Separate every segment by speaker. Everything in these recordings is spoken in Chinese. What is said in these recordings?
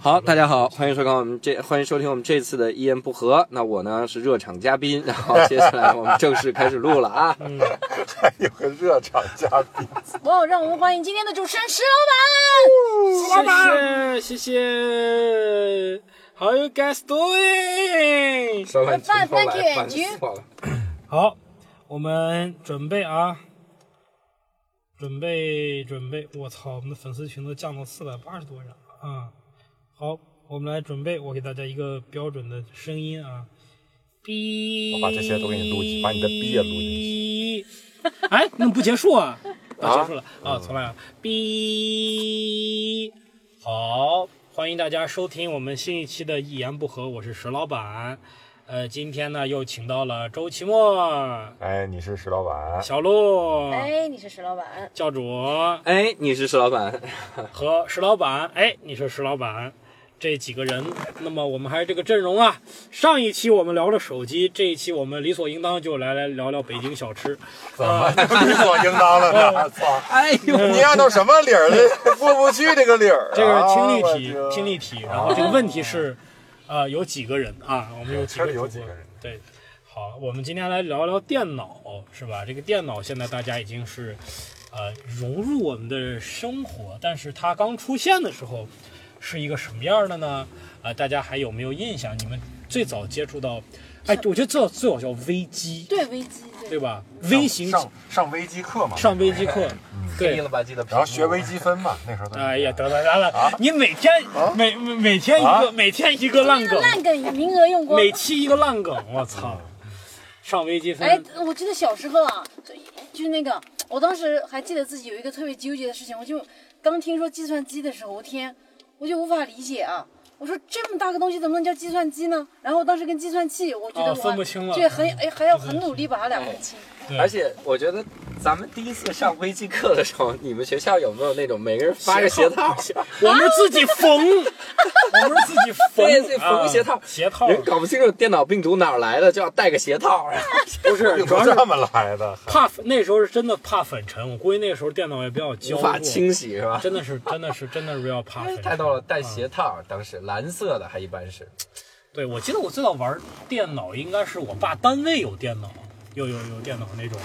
Speaker 1: 好，大家好，欢迎收看我们这， 欢迎收听我们这次的一言不合。那我呢是热场嘉宾，然后接下来我们正式开始录了啊。
Speaker 2: 还有个热场嘉宾，
Speaker 3: 哇，让我们欢迎今天的主持人石老
Speaker 4: 谢谢谢谢，How you guys doing？
Speaker 1: 老板，
Speaker 3: 饭饭卷
Speaker 1: 烦
Speaker 3: 局
Speaker 1: 死我了。
Speaker 4: 好，我们准备啊，准备准备，我操，我们的粉丝群都降到四百八十多人了啊、好，我们来准备，我给大家一个标准的声音啊，哔，
Speaker 2: 我把这些都给你录进把你的哔也录进嗯
Speaker 4: 进去。哎，那不结束啊？啊，结束了啊，重来啊，哔。好，欢迎大家收听我们新一期的《一言不合》，我是石老板。呃，今天呢又请到了周奇墨、
Speaker 2: 哎，你是石老板，
Speaker 4: 小鹿、
Speaker 3: 板。哎，你是石老板，
Speaker 4: 教主
Speaker 1: 哎，你是石老板，
Speaker 4: 和石老板。哎，你是石老板，这几个人。那么我们还是这个阵容啊。上一期我们聊了手机，这一期我们理所应当就来来聊聊北京小吃。
Speaker 2: 怎么理所应当了
Speaker 4: 嗯
Speaker 2: 呢？操！
Speaker 1: 哎呦，
Speaker 2: 你按照什么理儿 的过不去这个理儿啊？
Speaker 4: 这个是听力题，
Speaker 2: 啊我这
Speaker 4: 听力题。然后这个问题是，呃，有几个人啊？我们有几
Speaker 2: 圈
Speaker 4: 个
Speaker 2: 里有
Speaker 4: 主
Speaker 2: 几
Speaker 4: 播
Speaker 2: 个人？
Speaker 4: 对，好，我们今天来聊聊电脑，是吧？这个电脑现在大家已经是，呃，融入我们的生活，但是它刚出现的时候是一个什么样的呢？啊、大家还有没有印象？你们最早接触到，哎，我觉得最最好叫微机，
Speaker 3: 对危机，
Speaker 4: 对吧？
Speaker 2: 上
Speaker 4: 微型
Speaker 2: 上嗯上微机课嘛，
Speaker 4: 上微机课，对，
Speaker 1: 了吧唧的。
Speaker 2: 然后学微积分嘛，那时候都是
Speaker 4: 哎 呀，得了得了，你每天、每每每天一个、
Speaker 2: 啊
Speaker 4: 每天一个烂
Speaker 3: 那个
Speaker 4: 梗，
Speaker 3: 烂梗名额用光。
Speaker 4: 每期一个烂梗，我操！
Speaker 2: 嗯
Speaker 4: 上微积分，
Speaker 3: 哎，我记得小时候啊，就就是那个，我当时还记得自己有一个特别纠结的事情，我就刚听说计算机的时候，我天，我就无法理解啊。我说这么大个东西怎么能叫计算机呢？然后我当时跟计算器，我觉得
Speaker 4: 哦
Speaker 3: 我
Speaker 4: 分不清了哎
Speaker 3: 对，很哎还要很努力把它俩分清。
Speaker 4: 对
Speaker 1: 而且我觉得咱们第一次上微机课的时候，你们学校有没有那种每个人发个鞋套？
Speaker 4: 我们自己缝，我们自己缝，
Speaker 1: 对对缝
Speaker 4: 啊
Speaker 1: 鞋套
Speaker 4: 鞋套
Speaker 1: 人搞不清楚电脑病毒哪儿来的，就要带个鞋套。然后
Speaker 4: 不是，主
Speaker 2: 不
Speaker 4: 要
Speaker 2: 是
Speaker 4: 是
Speaker 2: 这么来的，
Speaker 4: 怕粉那时候是真的怕粉尘，我估计那个时候电脑也比较
Speaker 1: 无
Speaker 4: 胶
Speaker 1: 法
Speaker 4: 固，
Speaker 1: 清洗 是吧？
Speaker 4: 真的是真的是真的是要怕粉尘。
Speaker 1: 哎太逗了，带鞋套，当时蓝色的还一般是。
Speaker 4: 对，我记得我最早玩电脑应该是我爸单位有电脑，有有有电脑那种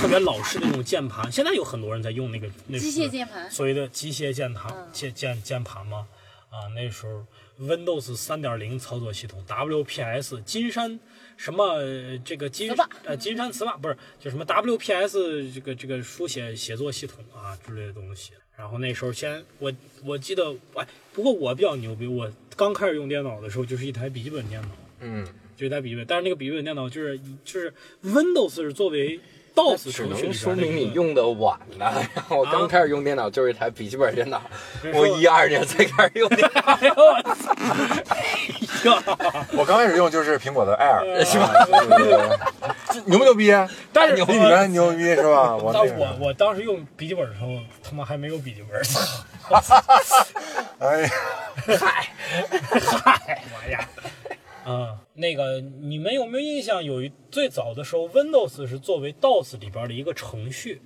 Speaker 4: 特别老式的那种键盘，现在有很多人在用那个那
Speaker 3: 机械键盘
Speaker 4: 所谓的机械键盘键键键盘嘛，啊，那时候 Windows 三点零操作系统 WPS 金山什么呃这个金
Speaker 3: 词霸
Speaker 4: 呃金山词霸不是就什么 WPS 这个这个书写写作系统啊之类的东西。然后那时候先我我记得哎，不过我比较牛逼，我刚开始用电脑的时候就是一台笔记本电脑，
Speaker 1: 嗯，
Speaker 4: 就一台笔记本，但是那个笔记本电脑就是就是 Windows 是作为 DOS
Speaker 1: 只
Speaker 4: 程
Speaker 1: 能
Speaker 4: 序里边的
Speaker 1: 说
Speaker 4: 一
Speaker 1: 明
Speaker 4: 个啊
Speaker 1: 你用的晚 了。然后我刚开始用电脑就是一台笔记本电脑，
Speaker 4: 说
Speaker 1: 我一二年才开始用 电脑。
Speaker 4: 哎呦我操！哎呀
Speaker 2: 我刚开始用就是苹果的 Air，
Speaker 4: 呃是
Speaker 2: 吧？这 牛不牛逼？
Speaker 4: 但是
Speaker 2: 比你
Speaker 4: 我
Speaker 2: 们牛逼是吧？ 我那
Speaker 4: 但我
Speaker 2: 个，
Speaker 4: 我当时用笔记本的时候，他妈还没有笔记本。
Speaker 2: 哎呀，
Speaker 4: 嗨，我呀，啊，那个你们有没有印象？有一最早的时候，Windows 是作为 DOS 里边的一个程序。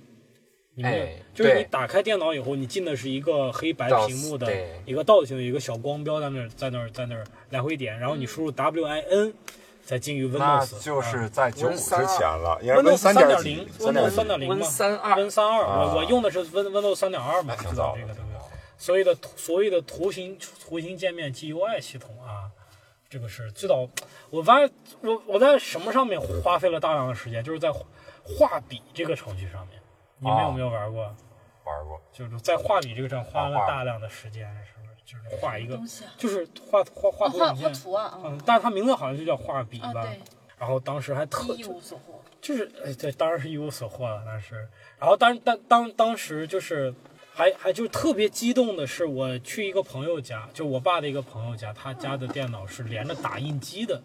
Speaker 4: 你们有
Speaker 1: 哎
Speaker 4: 就是你
Speaker 1: 对
Speaker 4: 打开电脑以后，你进的是一个黑白
Speaker 1: DOS
Speaker 4: 屏幕的
Speaker 1: 对
Speaker 4: 一个 DOS 型的一个小光标在那儿在那儿在那儿来回点，然后你输入 WIN 再进入
Speaker 2: 那
Speaker 4: Windows，
Speaker 2: 就是在九五之
Speaker 1: 三二
Speaker 2: 前了，应该
Speaker 4: Windows
Speaker 2: 哎三
Speaker 4: 点
Speaker 2: 几
Speaker 4: 零
Speaker 2: 点
Speaker 4: ，Windows 三点零嘛
Speaker 1: Win 三二
Speaker 4: ，Win 三二，
Speaker 2: 啊
Speaker 4: 我我用的是 Win Windows 三点二嘛，
Speaker 2: 挺
Speaker 4: 知
Speaker 2: 早
Speaker 4: 道
Speaker 2: 的
Speaker 4: 这个
Speaker 2: 挺
Speaker 4: 东西
Speaker 2: 早的。
Speaker 4: 所谓的图所谓的图形图形界面 GUI 系统啊，这个是最早我发现我我在什么上面花费了大量的时间，就是在画画笔这个程序上面。你们
Speaker 2: 啊
Speaker 4: 有没有玩过？
Speaker 2: 玩过。
Speaker 4: 就是在画笔这个上花了
Speaker 2: 啊画
Speaker 4: 大量的时间，是不是？就是画一个
Speaker 3: 东西啊，
Speaker 4: 就是画画画
Speaker 3: 啊，
Speaker 4: 多
Speaker 3: 画
Speaker 4: 软
Speaker 3: 画
Speaker 4: 件。
Speaker 3: 图啊，啊
Speaker 4: 嗯，但是它名字好像就叫画笔
Speaker 3: 啊
Speaker 4: 吧。
Speaker 3: 对，
Speaker 4: 然后当时还特
Speaker 3: 一无所获。
Speaker 4: 就是哎，对，当然是一无所获了，那是。然后当当当当时就是还还就是特别激动的是，我去一个朋友家，就我爸的一个朋友家，他家的电脑是连着打印机的，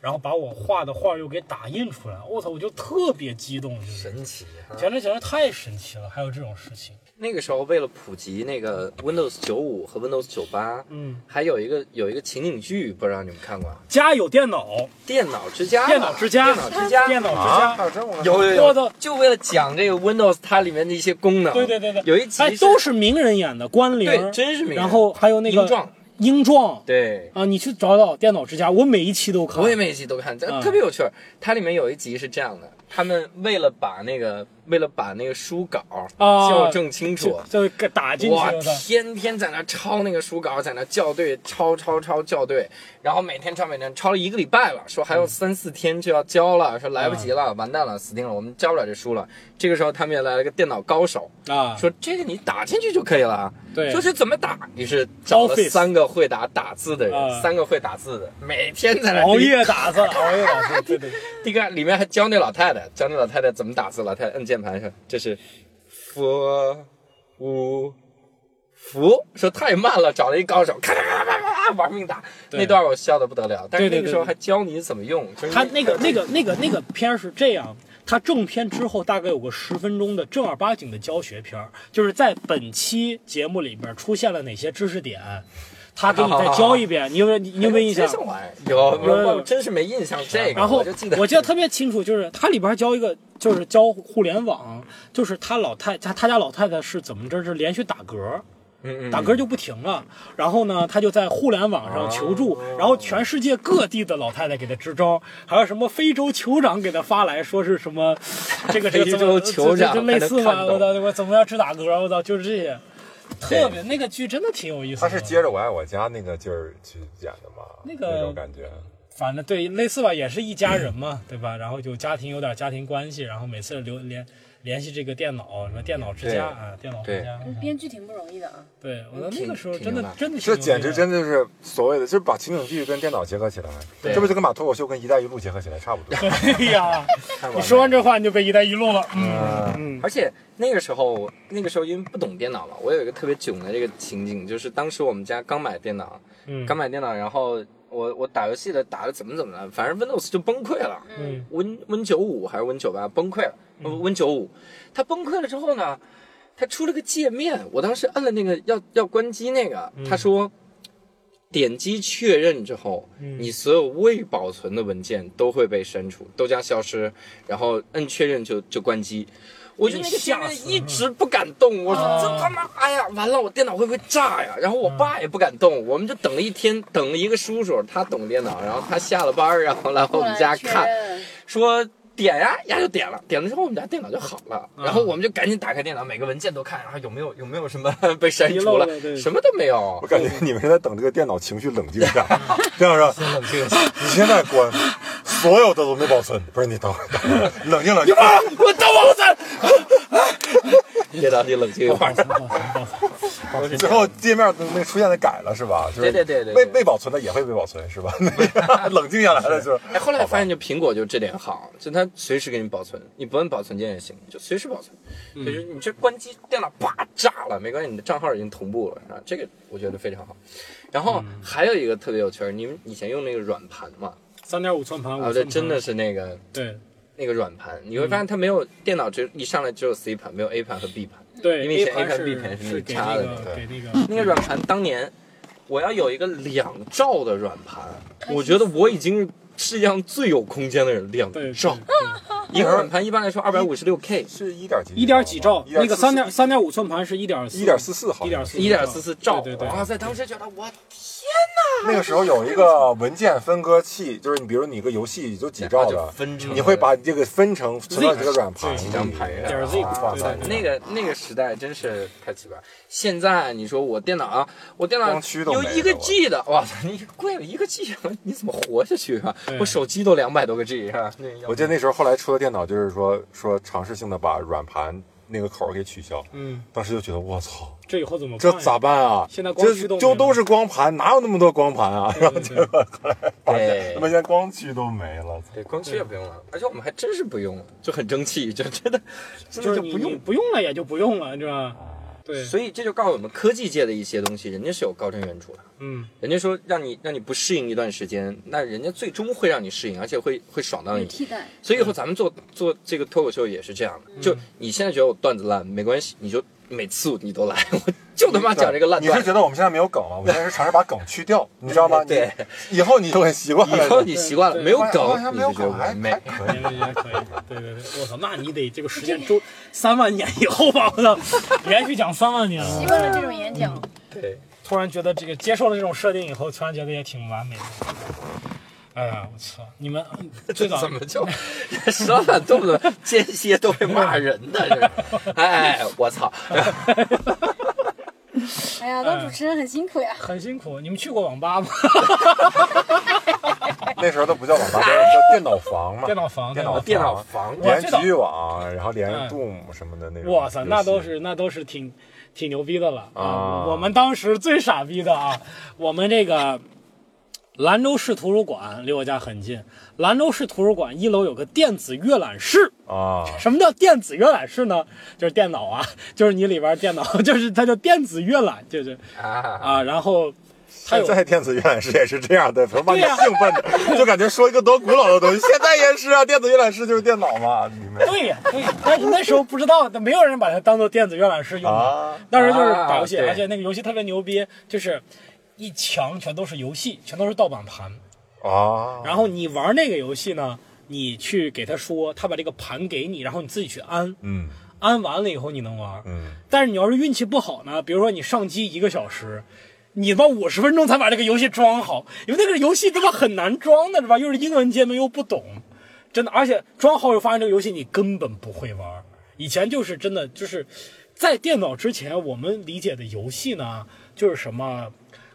Speaker 4: 然后把我画的画又给打印出来，我操，我就特别激动，就是
Speaker 1: 神奇啊！
Speaker 4: 简直简直太神奇了，还有这种事情，
Speaker 1: 那个时候为了普及那个 Windows 九五和 Windows 九八，
Speaker 4: 嗯，
Speaker 1: 还有一个有一个情景剧，不知道你们看过？啊
Speaker 4: 家有电脑，
Speaker 1: 电脑之家，
Speaker 4: 电脑之家，
Speaker 1: 电脑之家，
Speaker 4: 电脑之
Speaker 2: 啊，
Speaker 4: 家
Speaker 2: 还。有这么个
Speaker 1: 有有
Speaker 4: 我
Speaker 1: 有
Speaker 4: 操，
Speaker 1: 就为了讲这个 Windows 它里面的一些功能。
Speaker 4: 对对对对，
Speaker 1: 有一集
Speaker 4: 哎，都是名人演的，关凌，
Speaker 1: 对真是名人
Speaker 4: 然后还有那个
Speaker 1: 英壮，
Speaker 4: 英壮
Speaker 1: 对，
Speaker 4: 啊，你去找找电脑之家，我每一期都看。
Speaker 1: 我也每一集都看，但
Speaker 4: 嗯
Speaker 1: 特别有趣儿。它里面有一集是这样的，他们为了把那个为了把那个书稿
Speaker 4: 啊
Speaker 1: 校正清楚，
Speaker 4: 就就打进去
Speaker 1: 哇，
Speaker 4: 了。
Speaker 1: 天天在那抄那个书稿，在那校对，抄抄抄校对，然后每天抄每天抄了一个礼拜了，说还有三四天就要交了，说来不及了，完蛋了，死定了，我们交不了这书了。这个时候他们也来了个电脑高手，
Speaker 4: 啊，
Speaker 1: 说这个你打进去就可以了啊，
Speaker 4: 对
Speaker 1: 说这怎么打？于是找了
Speaker 4: Office
Speaker 1: 三个会打打字的人，
Speaker 4: 啊
Speaker 1: 三个会打字的，每天在那
Speaker 4: 熬夜 打字，熬夜打字，对对对，
Speaker 1: 第一个里面还教那老太太，教那老太太怎么打字，老太太摁键盘上，这是佛五福，说太慢了，找了一高手，咔咔咔咔咔咔玩命打。
Speaker 4: 对
Speaker 1: 那段我笑的不得了，但是
Speaker 4: 对对
Speaker 1: 那个时候还教你怎么用，就是
Speaker 4: 他那个那个那个那个片儿是这样。他正片之后大概有个十分钟的正儿八经的教学片儿，就是在本期节目里边出现了哪些知识点，他给你再教一遍，你有没有你你有没有印象啊
Speaker 1: 这？种玩意儿有，我我真是没印象这个，
Speaker 4: 然后
Speaker 1: 我就记得
Speaker 4: 我记得特别清楚，就是它里边教一个，就是教互联网，就是他老太他他家老太太是怎么着是连续打嗝，
Speaker 1: 嗯嗯
Speaker 4: 打嗝就不停了。然后呢，他就在互联网上求助，
Speaker 1: 哦
Speaker 4: 然后全世界各地的老太太给他支招，还有什么非洲酋长给他发来说是什么 这个这个
Speaker 1: 非洲酋长
Speaker 4: 就类似
Speaker 1: 还
Speaker 4: 吧，
Speaker 1: 能看
Speaker 4: 我
Speaker 1: 懂
Speaker 4: 操，我怎么要治打嗝，我操，就是这些。特别那个剧真的挺有意思
Speaker 2: 他
Speaker 4: 的，
Speaker 2: 是接着《我爱我家》那个劲儿去演的吗？
Speaker 4: 那个
Speaker 2: 种感觉，
Speaker 4: 反正对类似吧，也是一家人嘛，对吧？然后就家庭有点家庭关系，然后每次留联联系这个电脑，什么电脑之家啊，电脑之家。
Speaker 3: 编剧挺不容易的啊。
Speaker 4: 对，我说那个时候
Speaker 1: 挺
Speaker 4: 真
Speaker 1: 挺
Speaker 4: 的
Speaker 1: 难
Speaker 4: 真的
Speaker 2: 这简直真
Speaker 4: 的
Speaker 2: 的是所谓的，就是把情景剧跟电脑结合起来，
Speaker 1: 对
Speaker 2: 这不就跟把脱口秀跟《一带一路》结合起来差不多？
Speaker 4: 对呀！
Speaker 1: 太完美
Speaker 4: 你
Speaker 1: 了
Speaker 4: 说完这话你就被一带一路了，嗯，
Speaker 1: 而且那个时候，那个时候因为不懂电脑嘛，我有一个特别囧的这个情景，就是当时我们家刚买电脑，
Speaker 4: 嗯
Speaker 1: 刚买电脑，然后我我打游戏的打的怎么怎么了，反正 Windows 就崩溃了
Speaker 4: 嗯
Speaker 1: ，Win Win 九五还是 Win 九八崩溃了、w i n 九五，它崩溃了之后呢，它出了个界面，我当时按了那个要要关机那个，他说。点击确认之后，你所有未保存的文件都会被删除，都将消失。然后摁确认就就关机。我就那个界面一直不敢动，我说这他妈，哎呀，完了，我电脑会不会炸呀？然后我爸也不敢动，我们就等了一天，等了一个叔叔，他懂电脑，然后他下了班儿，然后来我
Speaker 3: 后
Speaker 1: 们
Speaker 3: 来
Speaker 1: 家
Speaker 3: 确
Speaker 1: 看，
Speaker 3: 认
Speaker 1: 说点呀、呀就点了，点了之后我们家电脑就好了，
Speaker 4: 嗯
Speaker 1: 然后我们就赶紧打开电脑，每个文件都看，啊有没有有没有什么 被删
Speaker 4: 遗
Speaker 1: 除
Speaker 4: 漏
Speaker 1: 了
Speaker 4: 了，对
Speaker 1: 什么都没有
Speaker 2: 我。感觉你们是在等这个电脑情绪冷静一下，这样是吧？
Speaker 1: 冷静，
Speaker 2: 你现在关，所有的都没保存。不是你等会儿，等会儿冷静冷静。啊
Speaker 1: 我都忘了。电脑得冷 静一会儿。
Speaker 2: 最后界面那个出现的改了是吧？就是
Speaker 1: 对对对对对
Speaker 2: 未未保存的也会被保存是吧？ 那个冷静下来了就是。
Speaker 1: 哎，后来发现就苹果就这点好，就它随时给你保存，你不摁保存键也行，就随时保存。就是
Speaker 4: 嗯
Speaker 1: 你这关机，电脑啪炸了，没关系，你的账号已经同步了啊，这个我觉得非常好。然后
Speaker 4: 嗯
Speaker 1: 还有一个特别有趣儿，你们以前用那个软盘嘛？
Speaker 4: 三点五寸盘，
Speaker 1: 啊，
Speaker 4: 五寸
Speaker 1: 这
Speaker 4: 哦盘
Speaker 1: 真的是那个
Speaker 4: 对
Speaker 1: 那个软盘，你会发现它没有电脑只一上来只有 C 盘，没有 A 盘和 B 盘。
Speaker 4: 对，
Speaker 1: 因为以前
Speaker 4: A 盘
Speaker 1: A 盘 B 盘是那
Speaker 4: 是
Speaker 1: 个
Speaker 4: 给
Speaker 1: 插
Speaker 4: 那
Speaker 1: 的
Speaker 4: 个给那个
Speaker 1: 那个软盘当年我要有一个两兆的软盘，我觉得 我已经是世界上最有空间的人，两
Speaker 4: 对
Speaker 1: 兆。 一个软盘一般来说二百五十六 K，
Speaker 2: 是一点几
Speaker 4: 一点几兆，那个三点
Speaker 2: 一
Speaker 4: 三点五寸盘是一点四
Speaker 2: 点四四毫
Speaker 4: 一点四
Speaker 1: 一点四四兆。
Speaker 4: 对对
Speaker 1: 哇
Speaker 4: 对，
Speaker 1: 塞，当时觉得我
Speaker 2: 那个时候有一个文件分割器，就是你比如你一个游戏就几兆
Speaker 1: 就
Speaker 2: 的，
Speaker 1: 分成了
Speaker 2: 你会把你这个分成存到这个软盘
Speaker 4: 对
Speaker 1: 几张盘呀
Speaker 4: 点儿 Z
Speaker 2: 哇塞
Speaker 4: 对对，对
Speaker 1: 那个那个时代真是太奇怪。现在你说我电脑啊，我电脑
Speaker 2: 光驱都没
Speaker 1: 有
Speaker 2: 了
Speaker 1: 一个 G 的，哇塞，你贵了一个 G，你怎么活下去啊
Speaker 4: 对？
Speaker 1: 我手机都两百多个 G 啊！那要
Speaker 2: 我记得那时候后来出的电脑就是说说尝试性的把软盘那个口儿给取消，
Speaker 4: 嗯，
Speaker 2: 当时就觉得我操，
Speaker 4: 这以后怎么
Speaker 2: 这
Speaker 4: 办呀
Speaker 2: 咋办啊？
Speaker 4: 现在光驱
Speaker 2: 这
Speaker 4: 动
Speaker 2: 就
Speaker 4: 没了
Speaker 2: 都是光盘，哪有那么多光盘啊？ 然后
Speaker 4: 对对对
Speaker 2: 发
Speaker 1: 对
Speaker 2: 现他妈连光驱都没了，
Speaker 1: 对，光驱也不用了，而且我们还真是不用了，就很争气，就真的真
Speaker 4: 就
Speaker 1: 的就
Speaker 4: 是你
Speaker 1: 不用
Speaker 4: 你。不用了也就不用了，是吧？对，
Speaker 1: 啊所以这就告诉我们，科技界的一些东西，人家是有高瞻远瞩的。
Speaker 4: 嗯，
Speaker 1: 人家说让你让你不适应一段时间，那人家最终会让你适应，而且会会爽到
Speaker 3: 有
Speaker 1: 你。
Speaker 3: 替代，
Speaker 1: 所以以后咱们做做这个脱口秀也是这样的，就你现在觉得我段子烂没关系，你就每次你都来，我就他妈 讲这个烂
Speaker 2: 你是
Speaker 1: 段。
Speaker 2: 觉得我们现在没有梗了？我现在是尝试把梗去掉，你知道 吗？
Speaker 1: 对
Speaker 2: 你，以后你就很习惯了。
Speaker 1: 以后你习惯了，
Speaker 4: 对
Speaker 1: 没有
Speaker 2: 发现哦好
Speaker 1: 梗，
Speaker 2: 像
Speaker 1: 你
Speaker 2: 没有
Speaker 1: 就觉得
Speaker 2: 梗，还
Speaker 1: 完美
Speaker 2: 还。可以。
Speaker 4: 也也可以，对对对，我操，那你得这个时间周三万年以后吧，我操，连续讲三万年了，
Speaker 3: 习惯了这种演讲，
Speaker 1: 对，
Speaker 4: 突然觉得这个接受了这种设定以后，突然觉得也挺完美的。哎呀，我操！你们最早
Speaker 1: 怎么就石老板动不动间歇都会骂人的？这，哎，我操！
Speaker 3: 哎
Speaker 4: 嗯
Speaker 3: 呀，当主持人很辛苦呀。
Speaker 4: 很辛苦，你们去过网吧吗？
Speaker 2: 那时候都不叫网 吧，叫叫电脑房嘛，
Speaker 4: 电脑房，
Speaker 2: 电
Speaker 4: 对吧
Speaker 1: 电脑房
Speaker 4: 哇
Speaker 2: 连
Speaker 4: 这倒
Speaker 2: 局域网，然后连
Speaker 4: 嗯
Speaker 2: Doom 什么的那种游戏。
Speaker 4: 哇塞，那都是那都是挺挺牛逼的了
Speaker 2: 啊
Speaker 4: 我们当时最傻逼的啊，我们这个兰州市图书馆离我家很近，兰州市图书馆一楼有个电子阅览室。
Speaker 2: 啊，
Speaker 4: 什么叫电子阅览室呢？就是电脑啊，就是你里边电脑， 就是它叫电子阅览，就是
Speaker 1: 啊，
Speaker 4: 啊，然后它
Speaker 2: 现
Speaker 4: 有
Speaker 2: 在电子阅览室也是这样的，他妈你
Speaker 4: 对呀
Speaker 2: 兴奋的，就感觉说一个多古老的东西。现在也是啊，电子阅览室就是电脑嘛，你们
Speaker 4: 对呀，对呀，但是那时候不知道，没有人把它当做电子阅览室用的。
Speaker 2: 啊，
Speaker 4: 当时就是打游戏，
Speaker 1: 啊对
Speaker 4: 而且那个游戏特别牛逼，就是一墙全都是游戏，全都是盗版盘。
Speaker 2: 啊，
Speaker 4: 然后你玩那个游戏呢，你去给他说，他把这个盘给你，然后你自己去安，
Speaker 2: 嗯
Speaker 4: 安完了以后你能玩。
Speaker 2: 嗯，
Speaker 4: 但是你要是运气不好呢，比如说你上机一个小时，你他妈五十分钟才把这个游戏装好，因为那个游戏他妈很难装的，是吧？又是英文界面又不懂，真的，而且装好以后发现这个游戏你根本不会玩。以前就是真的就是在电脑之前，我们理解的游戏呢，就是什么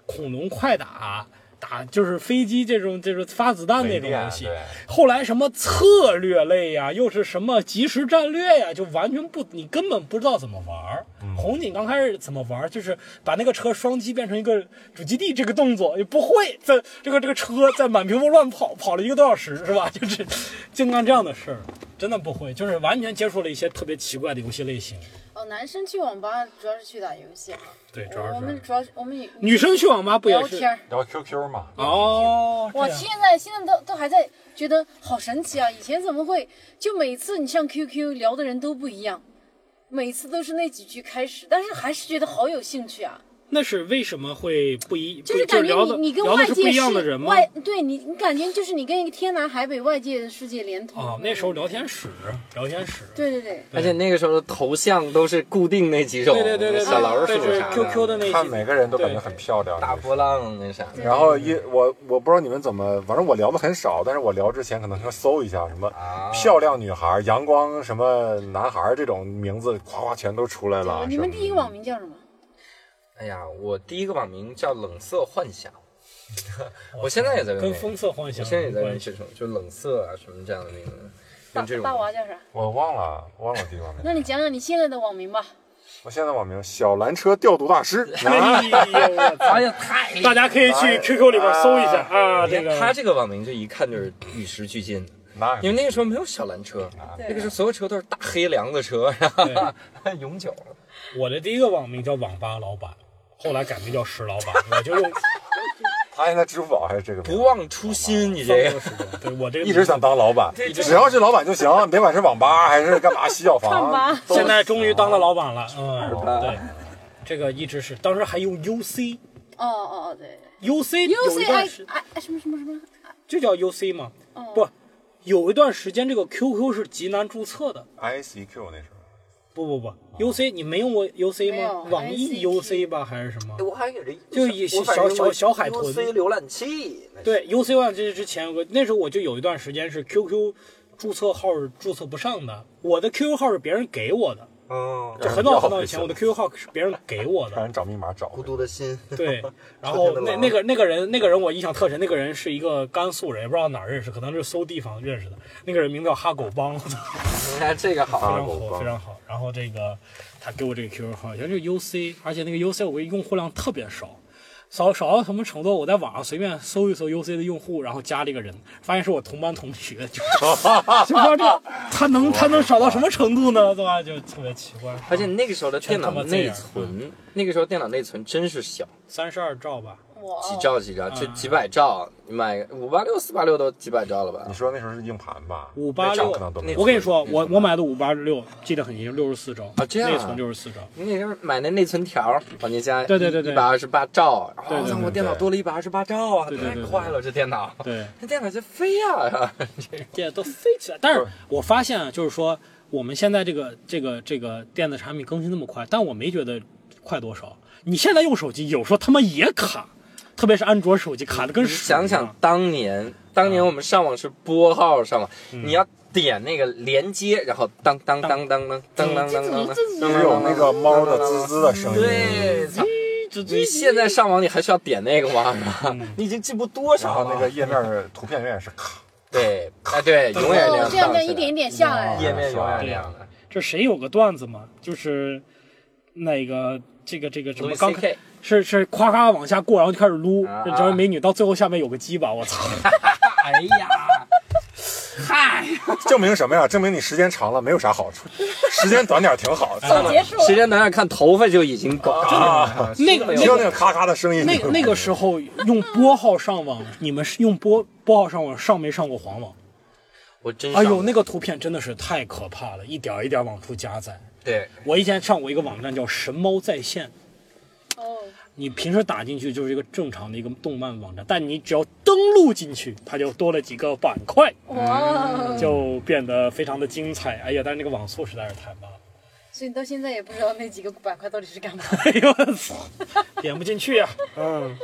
Speaker 4: 恐龙快打。打就是飞机这种，就是发子弹那种游戏
Speaker 2: 雷电。
Speaker 4: 后来什么策略类呀、又是什么即时战略呀、就完全不，你根本不知道怎么玩儿。
Speaker 1: 嗯
Speaker 4: 红警刚开始怎么玩儿，就是把那个车双击变成一个主基地这个动作，也不会在这个这个车在满屏幕乱跑，跑了一个多小时是吧？ 就是净干这样的事儿，真的不会，就是完全接触了一些特别奇怪的游戏类型。
Speaker 3: 哦，男生去网吧主要是去打游戏，
Speaker 4: 对，主
Speaker 3: 我
Speaker 4: 要
Speaker 3: 们
Speaker 4: 是
Speaker 3: 主要是我们也
Speaker 4: 女生去网吧不也
Speaker 3: 聊
Speaker 4: 是？啊
Speaker 3: 天儿。
Speaker 2: 然后 QQ 嘛，
Speaker 4: 哦，
Speaker 3: 我
Speaker 4: 这样
Speaker 3: 现在现在都都还在觉得好神奇啊！以前怎么会？就每次你上 QQ 聊的人都不一样，每次都是那几句开始，但是还是觉得好有兴趣啊！
Speaker 4: 那是为什么会不一？
Speaker 3: 就
Speaker 4: 不
Speaker 3: 是感觉
Speaker 4: 聊
Speaker 3: 你
Speaker 4: 的
Speaker 3: 你跟
Speaker 4: 聊
Speaker 3: 外
Speaker 4: 的是不
Speaker 3: 界
Speaker 4: 一样
Speaker 3: 世
Speaker 4: 的人吗？
Speaker 3: 外对你你感觉就是你跟一个天南海北外界的世界连通
Speaker 4: 哦，那时候聊天室，聊天室。
Speaker 3: 对对对，
Speaker 1: 而且那个时候的头像都是固定那几种，
Speaker 4: 对对对对，
Speaker 1: 哦小老鼠
Speaker 4: 对就是
Speaker 1: 啥
Speaker 4: QQ 的那
Speaker 2: 看
Speaker 4: 些
Speaker 2: 每个人都感觉很漂亮。
Speaker 1: 大波浪那啥的
Speaker 2: 然后一我我不知道你们怎么，反正我聊的很少，但是我聊之前可能要搜一下什么
Speaker 1: 啊
Speaker 2: 漂亮女孩、阳光什么男孩这种名字，夸夸全都出来了。啊
Speaker 3: 你们第一个
Speaker 2: 网
Speaker 3: 网名叫什么？
Speaker 1: 哎呀，我第一个网名叫冷色幻想，我现在也在用那
Speaker 4: 跟
Speaker 1: 个，
Speaker 4: 风色幻
Speaker 1: 我
Speaker 4: 想
Speaker 1: 现在也在
Speaker 4: 有
Speaker 1: 用
Speaker 4: 关系。
Speaker 1: 这种，就冷色啊什么这样的那个，
Speaker 3: 大
Speaker 1: 用这
Speaker 3: 大
Speaker 1: 种
Speaker 3: 娃叫啥？
Speaker 2: 我忘了忘了第一个网名，
Speaker 3: 那你讲讲你现在的网名吧。
Speaker 2: 我现在网名小蓝车调度大师。
Speaker 4: 哎呦我操！
Speaker 1: 哎呀太厉害
Speaker 4: 大家可以去 QQ 里边搜一下啊，这
Speaker 1: 他
Speaker 4: 个
Speaker 1: 这个网名就一看就是与时俱进的，
Speaker 2: 那
Speaker 1: 因为那个时候没有小蓝车，那个时候所有车都是大黑梁子车，然
Speaker 4: 对
Speaker 1: 后 永久。
Speaker 4: 我的第一个网名叫网吧老板，后来改名叫石老板，我就用
Speaker 2: 他现在支付宝还是这个名字
Speaker 1: 不忘初心，你
Speaker 4: 这
Speaker 1: 这
Speaker 4: 个
Speaker 1: 个
Speaker 4: 时间，对我这个
Speaker 2: 一直想当老板，只要是老板就行，别管是网吧还是干嘛洗脚
Speaker 4: 啊
Speaker 2: 房
Speaker 3: 唱吧。
Speaker 2: 都
Speaker 4: 现在终于当了老板了，嗯，对，这个一直是，当时还用 UC。
Speaker 3: 哦哦哦，对
Speaker 4: UC
Speaker 3: ，U
Speaker 4: 有
Speaker 3: C
Speaker 4: 一段
Speaker 3: I
Speaker 4: 时
Speaker 3: I 什么什么什么
Speaker 4: 就叫 UC 嘛，
Speaker 3: 哦
Speaker 4: 不，有一段时间这个 QQ 是极难注册的，
Speaker 2: ICQ 那时候
Speaker 4: 不不不，UC 你没用过 UC
Speaker 3: 没有
Speaker 4: 吗？网易
Speaker 3: ICQ
Speaker 4: UC 吧还是什么？
Speaker 1: 我还给人
Speaker 4: 就一小小小海豚
Speaker 1: C 浏览器，那是
Speaker 4: 对，UC One 这之前有个，那时候我就有一段时间是 QQ 注册号是注册不上的，我的 QQ 号是别人给我的，
Speaker 1: 嗯，
Speaker 4: 就很早很早以前我的 QQ 号是别人给我
Speaker 2: 让
Speaker 4: 的，
Speaker 2: 人找密码找
Speaker 1: 孤独的心，
Speaker 4: 对。然
Speaker 1: 春
Speaker 4: 后
Speaker 1: 天的
Speaker 4: 那
Speaker 1: 狼
Speaker 4: 那个那个人那个人我印象特深，那个人是一个甘肃人，也不知道哪儿认识，可能是搜地方认识的。那个人名叫哈狗帮，我操
Speaker 1: 你看这个
Speaker 4: 非
Speaker 1: 好，啊
Speaker 4: 常火，非常好。然后这个他给我这个 QQ 号，好像是 UC，而且那个 UC 我用户量特别少，少少到什么程度？我在网上随便搜一搜 UC 的用户，然后加这个人，发现是我同班同学，就 就像这样，他能他能少到什么程度呢？对吧？就特别奇怪。
Speaker 1: 而且那个时候的电脑
Speaker 4: 全他妈这
Speaker 1: 内
Speaker 4: 样嗯
Speaker 1: 存，那个时候电脑内存真是小，
Speaker 4: 三十二兆吧，
Speaker 3: 哇
Speaker 1: 几
Speaker 3: 哦，
Speaker 1: 兆几
Speaker 4: 嗯
Speaker 1: 兆，就几百兆，你买个五八六、四八六都几百兆了吧
Speaker 2: 你？说那时候是硬盘吧？
Speaker 4: 五八
Speaker 2: 那
Speaker 4: 六
Speaker 2: 张可能都没有
Speaker 4: 我跟你说，我我买的五八六记得很清，六十四兆
Speaker 1: 嗯啊这样啊
Speaker 4: 内存六十四兆。
Speaker 1: 你那时候买那内存条，往进加，
Speaker 4: 对对对对
Speaker 1: 一百二十八兆，
Speaker 4: 对
Speaker 1: 我
Speaker 4: 对
Speaker 1: 操，
Speaker 4: 对
Speaker 1: 我电脑多了一百二十八兆啊，
Speaker 4: 对对
Speaker 1: 太
Speaker 4: 对对
Speaker 1: 快了，这电脑，
Speaker 4: 对，
Speaker 1: 这电脑就飞呀，
Speaker 4: 这都飞起来。但是我发现啊，就是说我们现在这个这个这个电子产品更新那么快，但我没觉得快多少。你现在用手机，有时候他妈也卡，特别是安卓手机卡的跟
Speaker 1: 你
Speaker 4: 屎一
Speaker 1: 想
Speaker 4: 样
Speaker 1: 想当年，当年我们上网是拨号上网，你要点那个连接，然后当当当当当当当当当，
Speaker 2: 只有那个猫的滋滋的声音。
Speaker 1: 对，操！
Speaker 4: 这这
Speaker 1: 你现在上网你还需要点那个吗？是吧？你已经进步多
Speaker 2: 然
Speaker 1: 少
Speaker 2: 后
Speaker 1: 了？
Speaker 2: 那个页面的图片永远是卡，
Speaker 1: 对，啊对，永远
Speaker 3: 哦，
Speaker 1: 样荡
Speaker 3: 这样这
Speaker 1: 起
Speaker 3: 样
Speaker 1: 来
Speaker 3: 一点一点下
Speaker 4: 嗯
Speaker 3: 来，
Speaker 1: 页面永远那样的。
Speaker 4: 这谁有个段子嘛？就是那个这个这个什么
Speaker 1: Louis
Speaker 4: 刚
Speaker 1: CK
Speaker 4: 开是是夸夸往下过，然后就开始撸
Speaker 1: 啊，
Speaker 4: 这这美女到最后下面有个鸡巴，我操！
Speaker 1: 哎呀，嗨，
Speaker 2: 证明什么呀？证明你时间长了没有啥好处，时间短点儿挺 好
Speaker 4: 哎
Speaker 2: 的。
Speaker 3: 结束了
Speaker 1: 时间短点看头发就已经够
Speaker 2: 啊，
Speaker 4: 那个
Speaker 1: 没有
Speaker 2: 听到那个咔咔的声音，
Speaker 4: 那
Speaker 2: 你就
Speaker 4: 那个时候用拨号上网，你们是用拨拨号上网上没上过黄网？
Speaker 1: 我真
Speaker 4: 哎呦，那
Speaker 1: 个
Speaker 4: 个图片真的是太可怕了，一点儿一点儿往出加载。
Speaker 1: 对，
Speaker 4: 我以前上过一个网站叫神猫在线，
Speaker 3: 哦，
Speaker 4: 你平时打进去就是一个正常的一个动漫网站，但你只要登录进去，它就多了几个板块，
Speaker 2: 嗯
Speaker 3: 哇，
Speaker 4: 嗯
Speaker 3: 哦
Speaker 4: 就变得非常的精彩。哎呀，但是那个网速实在是太慢了，
Speaker 3: 所以你到现在也不知道那几个板块到底是干嘛。
Speaker 4: 哎呦我操，点不进去 呀、嗯，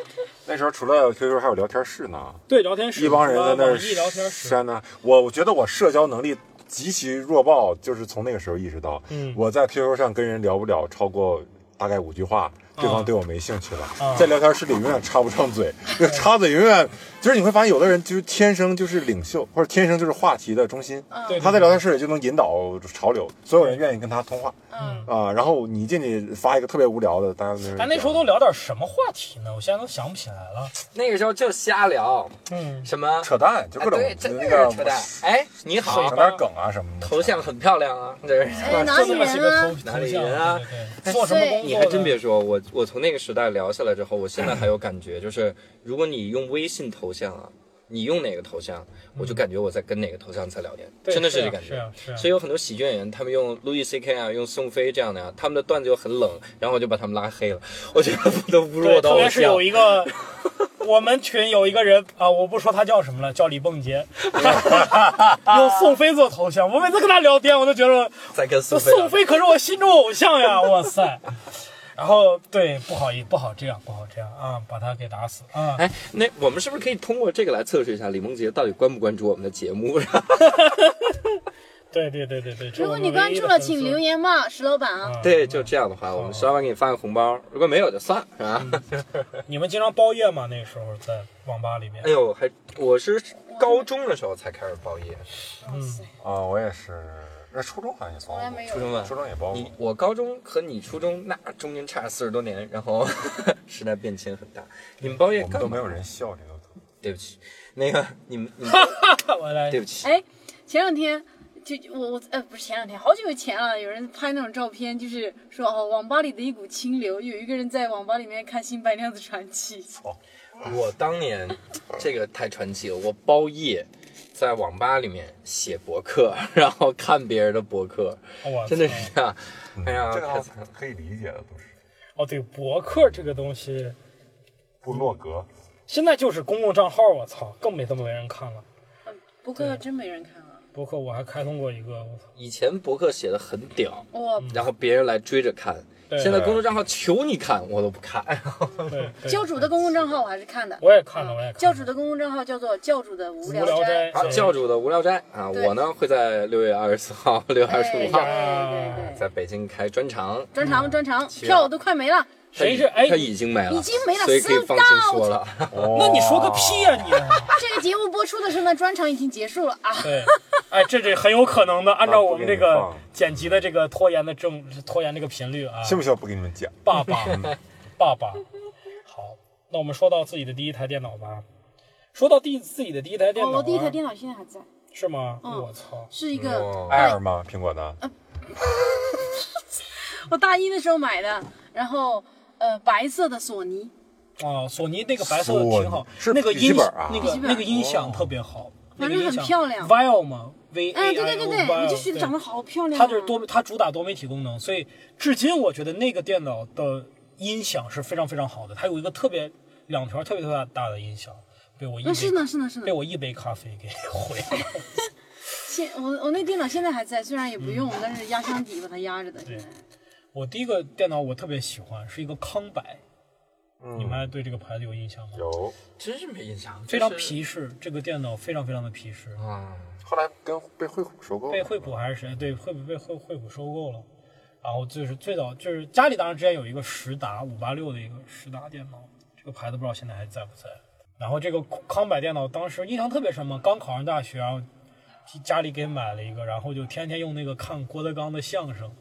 Speaker 2: 那时候除了 QQ 还有聊天室呢，
Speaker 4: 对，聊天室
Speaker 2: 一帮人在那
Speaker 4: 网
Speaker 2: 儿
Speaker 4: 易聊天室，
Speaker 2: 删呢。我我觉得我社交能力极其弱爆，就是从那个时候意识到，
Speaker 4: 嗯
Speaker 2: 我在 QQ 上跟人聊不了超过大概五句话。对
Speaker 4: 啊
Speaker 2: 方对我没兴趣了，在聊天室里永远插不上嘴，就插嘴永远就是你会发现有的人就是天生就是领袖，或者天生就是话题的中心，
Speaker 4: 对
Speaker 2: 啊他在聊天室里就能引导潮流，所有人愿意跟他通话
Speaker 3: 嗯，
Speaker 2: 啊。然后你进去发一个特别无聊的，大家就是
Speaker 4: 咱那时候都聊点什么话题呢？我现在都想不起来了。
Speaker 1: 那个时候就瞎聊，
Speaker 4: 嗯，
Speaker 1: 什么
Speaker 2: 扯淡，就
Speaker 1: 啊
Speaker 2: 各种
Speaker 1: 对，真
Speaker 2: 就
Speaker 1: 的
Speaker 2: 那个
Speaker 1: 是扯淡。哎，你好
Speaker 2: 整，点梗啊什么的。
Speaker 1: 头像很漂亮啊，这是。
Speaker 3: 哎，哪里
Speaker 4: 这么几个
Speaker 3: 人啊？
Speaker 4: 头
Speaker 1: 哪里
Speaker 4: 头像
Speaker 1: 人啊
Speaker 4: 对对对做什么工作的？
Speaker 1: 你还真别说，我我从那个时代聊下来之后，我现在还有感觉，就是如果你用微信头像啊，你用哪个头像，我就感觉我在跟哪个头像在聊天，
Speaker 4: 嗯对
Speaker 1: 真的是
Speaker 4: 是
Speaker 1: 这
Speaker 4: 啊
Speaker 1: 感觉。
Speaker 4: 是啊是啊
Speaker 1: 所以有很多喜剧演员，他们用路易 C K 啊，用宋飞这样的呀、他们的段子又很冷，然后我就把他们拉黑了，我觉得他们都侮辱
Speaker 4: 对，
Speaker 1: 我的偶
Speaker 4: 特别是
Speaker 1: 像
Speaker 4: 有。一个，我们群有一个人啊，我不说他叫什么了，叫李梦洁， 用宋飞做头像。我每次跟他聊天，我都觉得
Speaker 1: 在跟
Speaker 4: 这
Speaker 1: 宋飞聊啊
Speaker 4: 宋飞可是我心中偶像呀，哇塞！然后对，不好意，不好这样，不好这样啊，把他给打死啊！
Speaker 1: 哎，那我们是不是可以通过这个来测试一下李梦洁到底关不关注我们的节目？
Speaker 4: 对对对对对，这
Speaker 3: 如果你
Speaker 4: 我们唯
Speaker 3: 关
Speaker 4: 一的
Speaker 3: 注了，
Speaker 4: 粉丝
Speaker 3: 请留。言骂石老板啊。
Speaker 4: 啊
Speaker 1: 对，就这样的话，我
Speaker 2: 哦
Speaker 1: 们稍微给你发个红包，如果没有就算了，是吧？
Speaker 2: 嗯
Speaker 4: 你们经常包夜吗？那时候在网吧里面
Speaker 1: 哎，呦，还我是高中的时候才开始包夜，
Speaker 3: 哇
Speaker 4: 嗯
Speaker 3: 塞，
Speaker 2: 啊，我也是，那初中好像也包
Speaker 3: 从来没
Speaker 2: 过，
Speaker 1: 初中
Speaker 3: 有。
Speaker 1: 啊
Speaker 2: 初。中也包过
Speaker 1: 你。我高中和你初中那中间差四十多年，然后 时代变迁很大。你们包夜
Speaker 2: 我们
Speaker 1: 干
Speaker 2: 都
Speaker 1: 嘛？
Speaker 2: 没有人笑这个梗。
Speaker 1: 对不起，那个你们， 你们
Speaker 4: 我来
Speaker 1: 对不起，
Speaker 3: 哎，前两天就我我呃不是前两天，好久以前了，有人拍那种照片，就是说哦，网吧里的一股清流，有一个人在网吧里面看《新白娘子传奇》。
Speaker 4: 哦
Speaker 1: 我当年这个太传奇了，我包夜。在网吧里面写博客， 然后看别人的博客，
Speaker 4: 我
Speaker 1: 真的
Speaker 4: 操
Speaker 1: 是这样。哎呀，
Speaker 2: 嗯这个
Speaker 1: 太
Speaker 2: 还
Speaker 1: 惨了
Speaker 2: 可以理解的，都是
Speaker 4: 哦，对，博客这个东西，
Speaker 2: 部落格。
Speaker 4: 现在就是公共账号，我操，更没这么没人看了。
Speaker 3: 不过真没人看啊！
Speaker 4: 博客我还开通过一个，我操，
Speaker 1: 以前博客写的很屌，
Speaker 3: 哇，
Speaker 4: 嗯
Speaker 1: 然后别人来追着看。
Speaker 4: 对
Speaker 1: 现在公众账号求你看，我都不 看。
Speaker 4: 对，对
Speaker 3: 教主的公共账号我还是看的。
Speaker 4: 我也看了，我也看了。
Speaker 3: 教主的公共账号叫做教主的无
Speaker 4: 无
Speaker 3: 聊
Speaker 4: 聊斋
Speaker 3: 斋。
Speaker 1: 好，教主的无聊斋啊，
Speaker 3: 对哎
Speaker 1: 我呢会在六月二十四号、六月二十
Speaker 3: 对
Speaker 1: 五
Speaker 3: 对
Speaker 1: 号
Speaker 3: 对对，
Speaker 1: 在北京开专场，
Speaker 3: 专场
Speaker 4: 嗯
Speaker 3: 专场票都快没了，
Speaker 4: 谁是哎
Speaker 1: 他？已经没了，
Speaker 3: 已经没了
Speaker 1: 所以可以放心
Speaker 3: 四
Speaker 1: 说
Speaker 3: 道
Speaker 1: 了。
Speaker 4: 那你说个
Speaker 2: 哦
Speaker 4: 屁呀、 你！
Speaker 3: 这个节目播出的时候呢，专场已经结束了啊。
Speaker 4: 对，哎，这这很有可能的。按照我们这
Speaker 2: 那不
Speaker 4: 个
Speaker 2: 给你放
Speaker 4: 剪辑的这个拖延的正拖延这个频率啊，
Speaker 2: 信不信我嗯不跟你们讲？
Speaker 4: 爸爸， 爸爸。好，那我们说到自己的第一台电脑吧。说到第自己的第一台电脑、啊
Speaker 3: 我哦第一台电脑现在还在，
Speaker 4: 是吗？
Speaker 3: 嗯
Speaker 4: 我操！
Speaker 3: 是一个
Speaker 2: 艾尔吗？苹果的？
Speaker 3: 嗯我大一的时候买的，然后呃白色的索尼，
Speaker 4: 啊，索尼那个白色的挺
Speaker 2: 索，
Speaker 4: 好
Speaker 2: 是
Speaker 4: 那个
Speaker 2: 笔记
Speaker 4: 音
Speaker 2: 本啊哦
Speaker 4: 那个
Speaker 3: 笔记本
Speaker 4: 那个音响特别好，那
Speaker 3: 反
Speaker 4: 个
Speaker 3: 正很
Speaker 4: 音响
Speaker 3: 漂亮
Speaker 4: Vio 嘛，V A I O
Speaker 3: 哎，对对对对，
Speaker 4: Vio，
Speaker 3: 我就觉得长得好漂亮啊。
Speaker 4: 它就是多，它主打多媒体功能，所以至今我觉得那个电脑的音响是非常非常好的，它有一个特别两条特别特别大的音响，被我一杯、
Speaker 3: 嗯，是呢是呢是呢
Speaker 4: 被。我一杯咖啡给毁了。 嗯
Speaker 3: 现我我那电脑现在还在，虽然也不用，但是压箱底把它压着的。现在
Speaker 4: 我第一个电脑我特别喜欢，是一个康柏，你
Speaker 2: 嗯，
Speaker 4: 们还对这个牌子有印象吗？
Speaker 2: 有。
Speaker 1: 真是没印象，
Speaker 4: 非常
Speaker 1: 就是
Speaker 4: 皮实，这个电脑非常非常的皮实，
Speaker 1: 啊。
Speaker 2: 后来跟被惠普收购了，
Speaker 4: 被惠普还是谁？对，惠普被惠惠普收购了。然后就是最早就是家里当然之前有一个实达五八六的一个实达电脑，这个牌子不知道现在还在不在。然后这个康柏电脑当时印象特别深嘛，刚考上大学，然后家里给买了一个，然后就天天用那个看郭德纲的相声，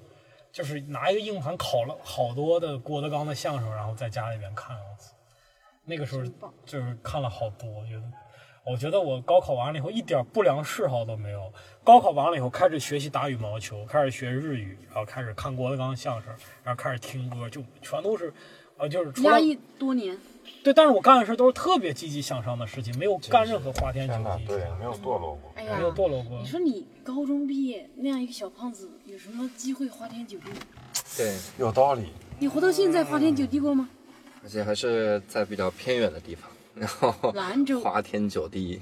Speaker 4: 就是拿一个硬盘拷了好多的郭德纲的相声，然后在家里面看。我操那个时候
Speaker 3: 真棒
Speaker 4: 就是看了好多，我觉得，我觉得我高考完了以后一点不良嗜好都没有。高考完了以后开始学习打羽毛球，开始学日语，然后开始看郭德纲相声，然后开始听歌，就全都是，呃，就是除了
Speaker 3: 压抑多年，
Speaker 4: 对，但是我干的事都是特别积极向上的事情，没有干任何花天
Speaker 1: 嗯
Speaker 4: 酒
Speaker 2: 天哪
Speaker 4: 地，，
Speaker 2: 对，
Speaker 1: 啊
Speaker 2: 没有堕落过。
Speaker 3: 哎
Speaker 4: 没有
Speaker 3: 呀，
Speaker 4: 堕落过
Speaker 3: 你。说你高中毕业那样一个小胖子，有什么机会花天酒地？
Speaker 1: 对，
Speaker 2: 有道理，
Speaker 3: 你活到现在花天酒地过吗？
Speaker 1: 而且还是在比较偏远的地方，然后
Speaker 3: 兰州
Speaker 1: 花天酒地，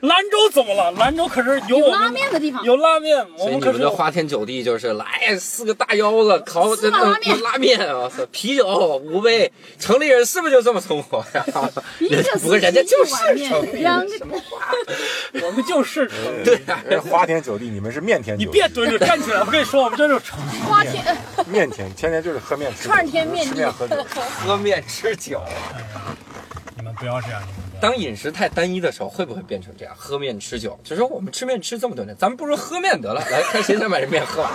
Speaker 4: 兰州怎么了？兰州可是有
Speaker 3: 有
Speaker 4: 我
Speaker 3: 拉
Speaker 4: 们
Speaker 3: 面的地方，
Speaker 4: 有拉面，我
Speaker 1: 所以
Speaker 4: 们
Speaker 1: 你
Speaker 4: 可
Speaker 1: 们
Speaker 4: 是
Speaker 1: 这
Speaker 4: 有
Speaker 1: 花天酒地就是来四个大腰子烤
Speaker 3: 四碗拉面
Speaker 1: 呃拉面啊， 啤酒五杯，城里人是不是就这么生活呀、
Speaker 3: 一个
Speaker 1: 人
Speaker 3: 司
Speaker 1: 不过人家
Speaker 3: 机
Speaker 1: 就
Speaker 3: 一碗
Speaker 1: 是
Speaker 3: 面
Speaker 1: 城里
Speaker 3: 两
Speaker 1: 人，
Speaker 3: 个
Speaker 1: 什么话？
Speaker 4: 我们 就是城 里。
Speaker 1: 对啊，
Speaker 2: 人家花天酒地，你们是面天
Speaker 4: 你
Speaker 2: 酒
Speaker 4: 别
Speaker 2: 地，
Speaker 4: 蹲着，站起来！我跟你说，我们这就是城里。
Speaker 3: 花天呃
Speaker 2: 面天，天天就是喝面吃酒，
Speaker 3: 串天面
Speaker 2: 吃
Speaker 3: 地
Speaker 2: 面喝 酒。
Speaker 1: 喝面吃酒。
Speaker 4: 你们不要这样，你们不要。
Speaker 1: 当饮食太单一的时候，会不会变成这样？喝面吃酒，就说我们吃面吃这么多年，咱们不如喝面得了。来看谁 先把这面喝完。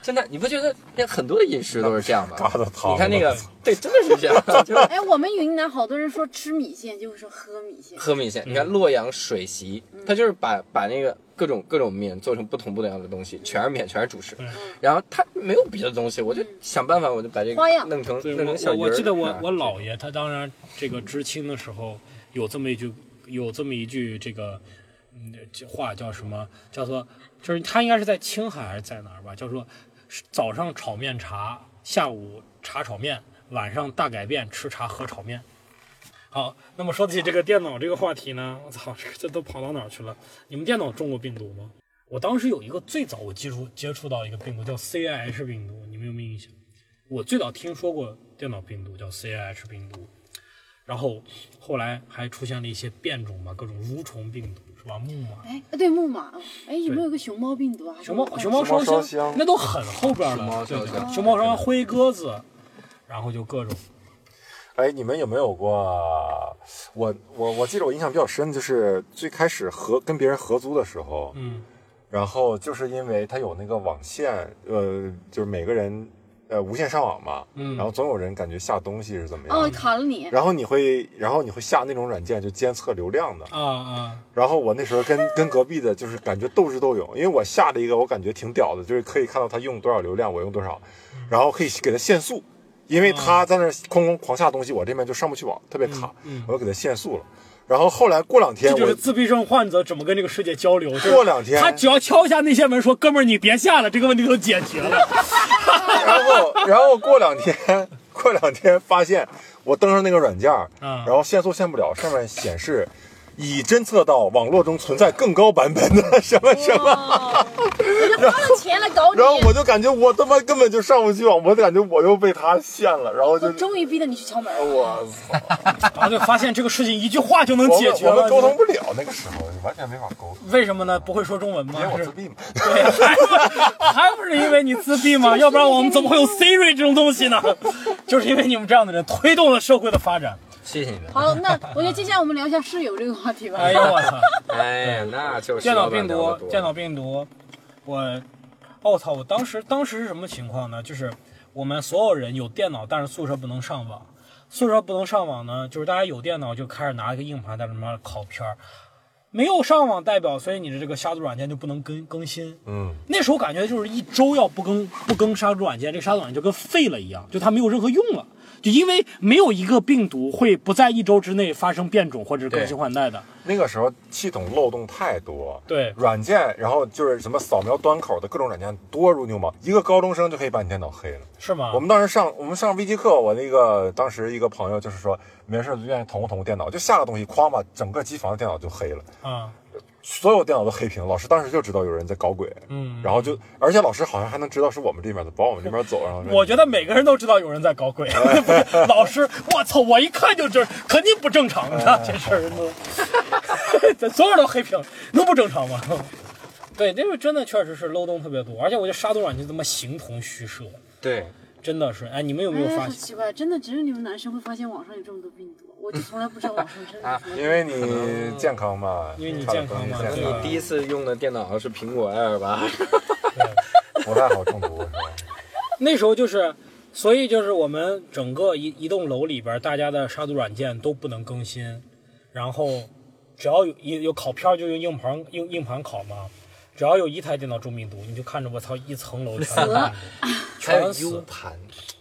Speaker 1: 真的，你不觉得那很多的饮食都是这样吗？
Speaker 2: 抓到糖了
Speaker 1: 你看那个，对，真的是这样， 就是
Speaker 3: 哎，我们云南好多人说吃米线，就会说喝米线。
Speaker 1: 喝米
Speaker 4: 嗯
Speaker 1: 线。你看洛阳水席，
Speaker 3: 嗯
Speaker 1: 它就是把把那个各种各种面做成不同不一样的东西，全是面，全是主食
Speaker 4: 对。
Speaker 1: 然后它没有别的东西，我就想办法，我就把这个
Speaker 3: 花样
Speaker 1: 弄成
Speaker 4: 对
Speaker 1: 弄成小
Speaker 4: 我
Speaker 1: 鱼
Speaker 4: 我我
Speaker 1: 儿
Speaker 4: 记得我
Speaker 1: 啊
Speaker 4: 我姥爷他当然这个知青的时候有这么一句有这么一句这个嗯这话叫什么叫做就是他应该是在青海还是在哪儿吧叫做早上炒面茶，下午茶炒面，晚上大改变吃茶喝炒面。好，那么说起这个电脑这个话题呢，我操， 这这都跑到哪儿去了？你们电脑中过病毒吗？我当时有一个最早我接触接触到一个病毒叫 CIH 病毒，你们有没有印象？我最早听说过电脑病毒叫 CIH 病毒，然后后来还出现了一些变种嘛，各种蠕虫病毒是吧？木马、
Speaker 3: 哎，对木马，哎，有没有个熊猫病毒啊？
Speaker 4: 熊猫、
Speaker 3: 熊
Speaker 4: 熊猫
Speaker 2: 嗯熊猫烧
Speaker 4: 香，
Speaker 2: 香
Speaker 4: 那都很后边
Speaker 1: 熊
Speaker 4: 了。
Speaker 1: 猫
Speaker 4: 对
Speaker 1: 烧
Speaker 4: 对，
Speaker 1: 香
Speaker 4: 熊猫烧香、灰鸽子，然后就各种
Speaker 2: 哎，你们有没有过？我我我记得我印象比较深，就是最开始合跟别人合租的时候，
Speaker 4: 嗯，
Speaker 2: 然后就是因为它有那个网线，呃，就是每个人呃无线上网嘛，
Speaker 4: 嗯
Speaker 2: 然后总有人感觉下东西是怎么样
Speaker 3: 哦，
Speaker 2: 的，
Speaker 3: 卡了你，
Speaker 2: 然后你会然后你会下那种软件就监测流量的，
Speaker 4: 啊啊，
Speaker 2: 然后我那时候跟跟隔壁的，就是感觉斗智斗勇，因为我下了一个我感觉挺屌的，就是可以看到他用多少流量，我用多少，然后可以给他限速，因为他在那儿空空狂下东西，我这边就上不去网，特别卡，我就给他限速了。然后后来过两天
Speaker 4: 嗯这就
Speaker 2: 我
Speaker 4: 是自闭症患者怎么跟这个世界交流。就是
Speaker 2: 过两天
Speaker 4: 他只要敲一下那些门，说：“哥们儿，你别下了，这个问题都解决了。
Speaker 2: 然后，然后过两天， 过两天发现我登上那个软件儿，
Speaker 4: 嗯
Speaker 2: 然后限速限不了，上面显示已侦测到网络中存在更高版本的什么什么，
Speaker 3: 哦，人家花了钱来搞你
Speaker 2: 然，后我就感觉我他妈根本就上不去网，我感觉我又被他限了，然后就
Speaker 3: 我终于逼得你去敲门了。
Speaker 2: 我操，”
Speaker 4: 然后就发现这个事情一句话就能
Speaker 2: 我
Speaker 4: 解
Speaker 2: 们
Speaker 4: 决
Speaker 2: 我
Speaker 4: 了。
Speaker 2: 们沟通不了，那个时候完全没法沟通，
Speaker 4: 为什么呢？不会说中文吗？
Speaker 2: 因为我
Speaker 4: 是
Speaker 2: 自闭嘛。
Speaker 4: 对，还不 还不是因为你自闭吗？要不然我们怎么会有 Siri 这种东西呢？ 就是因为你们这样的人推动了社会的发展。
Speaker 1: 谢谢你们。
Speaker 3: 好，那我觉得接下来我们聊一下室友这个话题吧。
Speaker 4: 哎呦我操！
Speaker 1: 哎呀，那就是
Speaker 4: 嗯电脑病
Speaker 1: 聊得
Speaker 4: 毒
Speaker 1: 多，
Speaker 4: 电脑病毒，我，我、操！我当时当时是什么情况呢？就是我们所有人有电脑，但是宿舍不能上网。宿舍不能上网呢，就是大家有电脑就开始拿一个硬盘在那边拷片儿，没有上网代表，所以你的这个杀毒软件就不能更更新。
Speaker 2: 嗯，
Speaker 4: 那时候感觉就是一周要不更不更杀毒软件，这个杀毒软件就跟废了一样，就它没有任何用了。就因为没有一个病毒会不在一周之内发生变种或者是更新换代的。
Speaker 2: 那个时候系统漏洞太多，
Speaker 4: 对
Speaker 2: 软件，然后就是什么扫描端口的各种软件多如牛毛，一个高中生就可以把你电脑黑了。
Speaker 4: 是吗？
Speaker 2: 我们当时上我们上微机课，我那个当时一个朋友就是说，没事就愿意捅咕捅咕电脑，就下个东西，哐把整个机房的电脑就黑了，
Speaker 4: 啊，
Speaker 2: 所有电脑都黑屏，老师当时就知道有人在搞鬼，
Speaker 4: 嗯，
Speaker 2: 然后就，而且老师好像还能知道是我们这边的，不往我们这边走，然后
Speaker 4: 我觉得每个人都知道有人在搞鬼，不是老师，我操，我一看就知道肯定不正常的，这事儿都， 咱所有人都黑屏，能不正常吗？ 对，这个真的确实是漏洞特别多，而且我觉得杀毒软件他妈形同虚设，
Speaker 1: 对，
Speaker 4: 真的是，哎，你们有没有
Speaker 3: 哎，
Speaker 4: 发
Speaker 3: 好
Speaker 4: 现？
Speaker 3: 奇怪，真的只有你们男生会发现网上有这么多病毒，我就从来不知道网上真
Speaker 4: 啊
Speaker 3: 的有什么病毒。
Speaker 2: 因为你健康嘛，
Speaker 4: 因为你
Speaker 2: 看了
Speaker 4: 健康嘛
Speaker 2: 东西
Speaker 4: 对
Speaker 2: 健
Speaker 4: 吧
Speaker 2: 康
Speaker 1: 你第一次用的电脑是苹果 Air 吧？
Speaker 2: 不太好中毒 是吧？
Speaker 4: 那时候就是，所以就是我们整个一一栋楼里边，大家的杀毒软件都不能更新，然后只要有有有烤片儿就用硬盘用硬盘烤嘛，只要有一台电脑中病毒，你就看着我操一层楼全是病毒，
Speaker 1: 还有
Speaker 4: 全
Speaker 1: U
Speaker 4: 死
Speaker 1: 盘，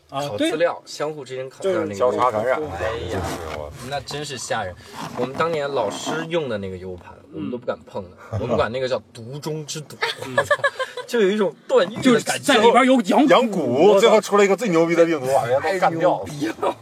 Speaker 4: 啊！
Speaker 1: 考
Speaker 4: 对
Speaker 1: 资，料，相互之间考资料那个
Speaker 2: 交叉
Speaker 1: U 盘
Speaker 2: 感染，
Speaker 1: 哎呀
Speaker 2: 就是我
Speaker 1: 那真是吓人。我们当年老师用的那个 U 盘，我们都不敢碰的，
Speaker 4: 嗯
Speaker 1: 我们管那个叫“毒中之毒”， 就有一种断狱
Speaker 4: 就
Speaker 1: 的
Speaker 4: 是
Speaker 1: 感觉。
Speaker 4: 在里边有羊
Speaker 2: 养蛊，最
Speaker 4: 最
Speaker 2: 后
Speaker 4: 后
Speaker 2: 出了一个最牛逼的病毒，把人家
Speaker 1: 太
Speaker 2: 都干掉
Speaker 1: 牛。逼了，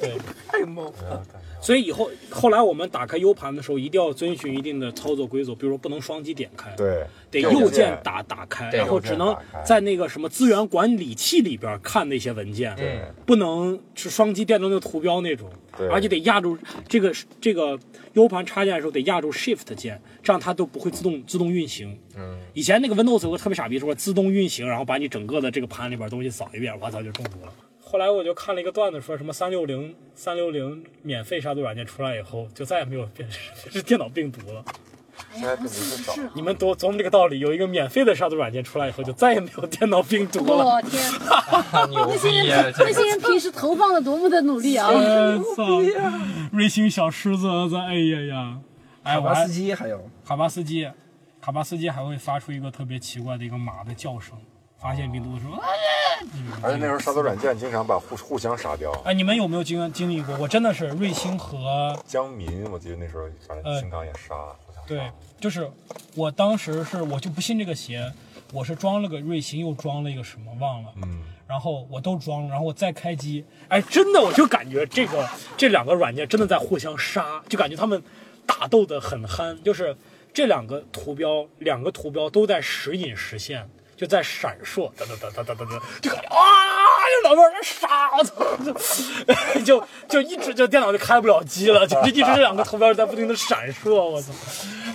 Speaker 4: 对。
Speaker 1: 太猛了！
Speaker 4: 所以以后后来我们打开 U 盘的时候，一定要遵循一定的操作规则，比如说不能双击点开，，
Speaker 2: 对，
Speaker 4: 得
Speaker 2: 右键
Speaker 4: 右键打打开，
Speaker 1: 对
Speaker 4: 然后
Speaker 2: 右键
Speaker 4: 只能
Speaker 2: 打开
Speaker 4: 在那个什么资源管理器里边看那些文件，
Speaker 2: 对
Speaker 4: 不能是双击电动的图标那种
Speaker 2: 对，
Speaker 4: 而且得压住这个这个 U 盘插件的时候得压住 Shift 键，这样它都不会自动自动运行。嗯，以前那个 Windows 有个特别傻逼说自动运行，然后把你整个的这个盘里边东西扫一遍，我操就中毒了。后来我就看了一个段子，说什么三六零三六零免费杀毒软件出来以后，就再也没有变 是电脑病毒了。
Speaker 2: 现在病毒是少。
Speaker 4: 你们都琢磨这个道理，有一个免费的杀毒软件出来以后，就再也没有电脑病毒了。
Speaker 3: 我天，
Speaker 1: 啊牛
Speaker 3: 那些
Speaker 1: 逼呀！
Speaker 3: 人
Speaker 1: 真
Speaker 3: 那
Speaker 1: 的
Speaker 3: 些人平时投放了多么的努力啊！
Speaker 4: 我哎操！瑞星小狮子，我操！哎呀呀！哎，我还
Speaker 1: 基还有
Speaker 4: 卡巴斯基，卡巴斯基还会发出一个特别奇怪的一个马的叫声，发现病毒的时候。哎
Speaker 2: 而且那时候杀毒软件经常把互互相杀掉。
Speaker 4: 哎，你们有没有经经历过？我真的是瑞星和
Speaker 2: 江民，我记得那时候反正经常也杀，互相
Speaker 4: 嗯对
Speaker 2: 杀。，
Speaker 4: 就是我当时是我就不信这个邪，我是装了个瑞星，又装了一个什么忘了。
Speaker 2: 嗯，
Speaker 4: 然后我都装，然后我再开机，哎，真的我就感觉这个这两个软件真的在互相杀，就感觉他们打斗的很憨，就是这两个图标，两个图标都在时隐时现，就在闪烁，哒哒哒哒哒哒哒，就感觉啊，这两边人杀，我操，就就就一直就电脑就开不了机了，就是一直这两个图标在不停的闪烁，我操，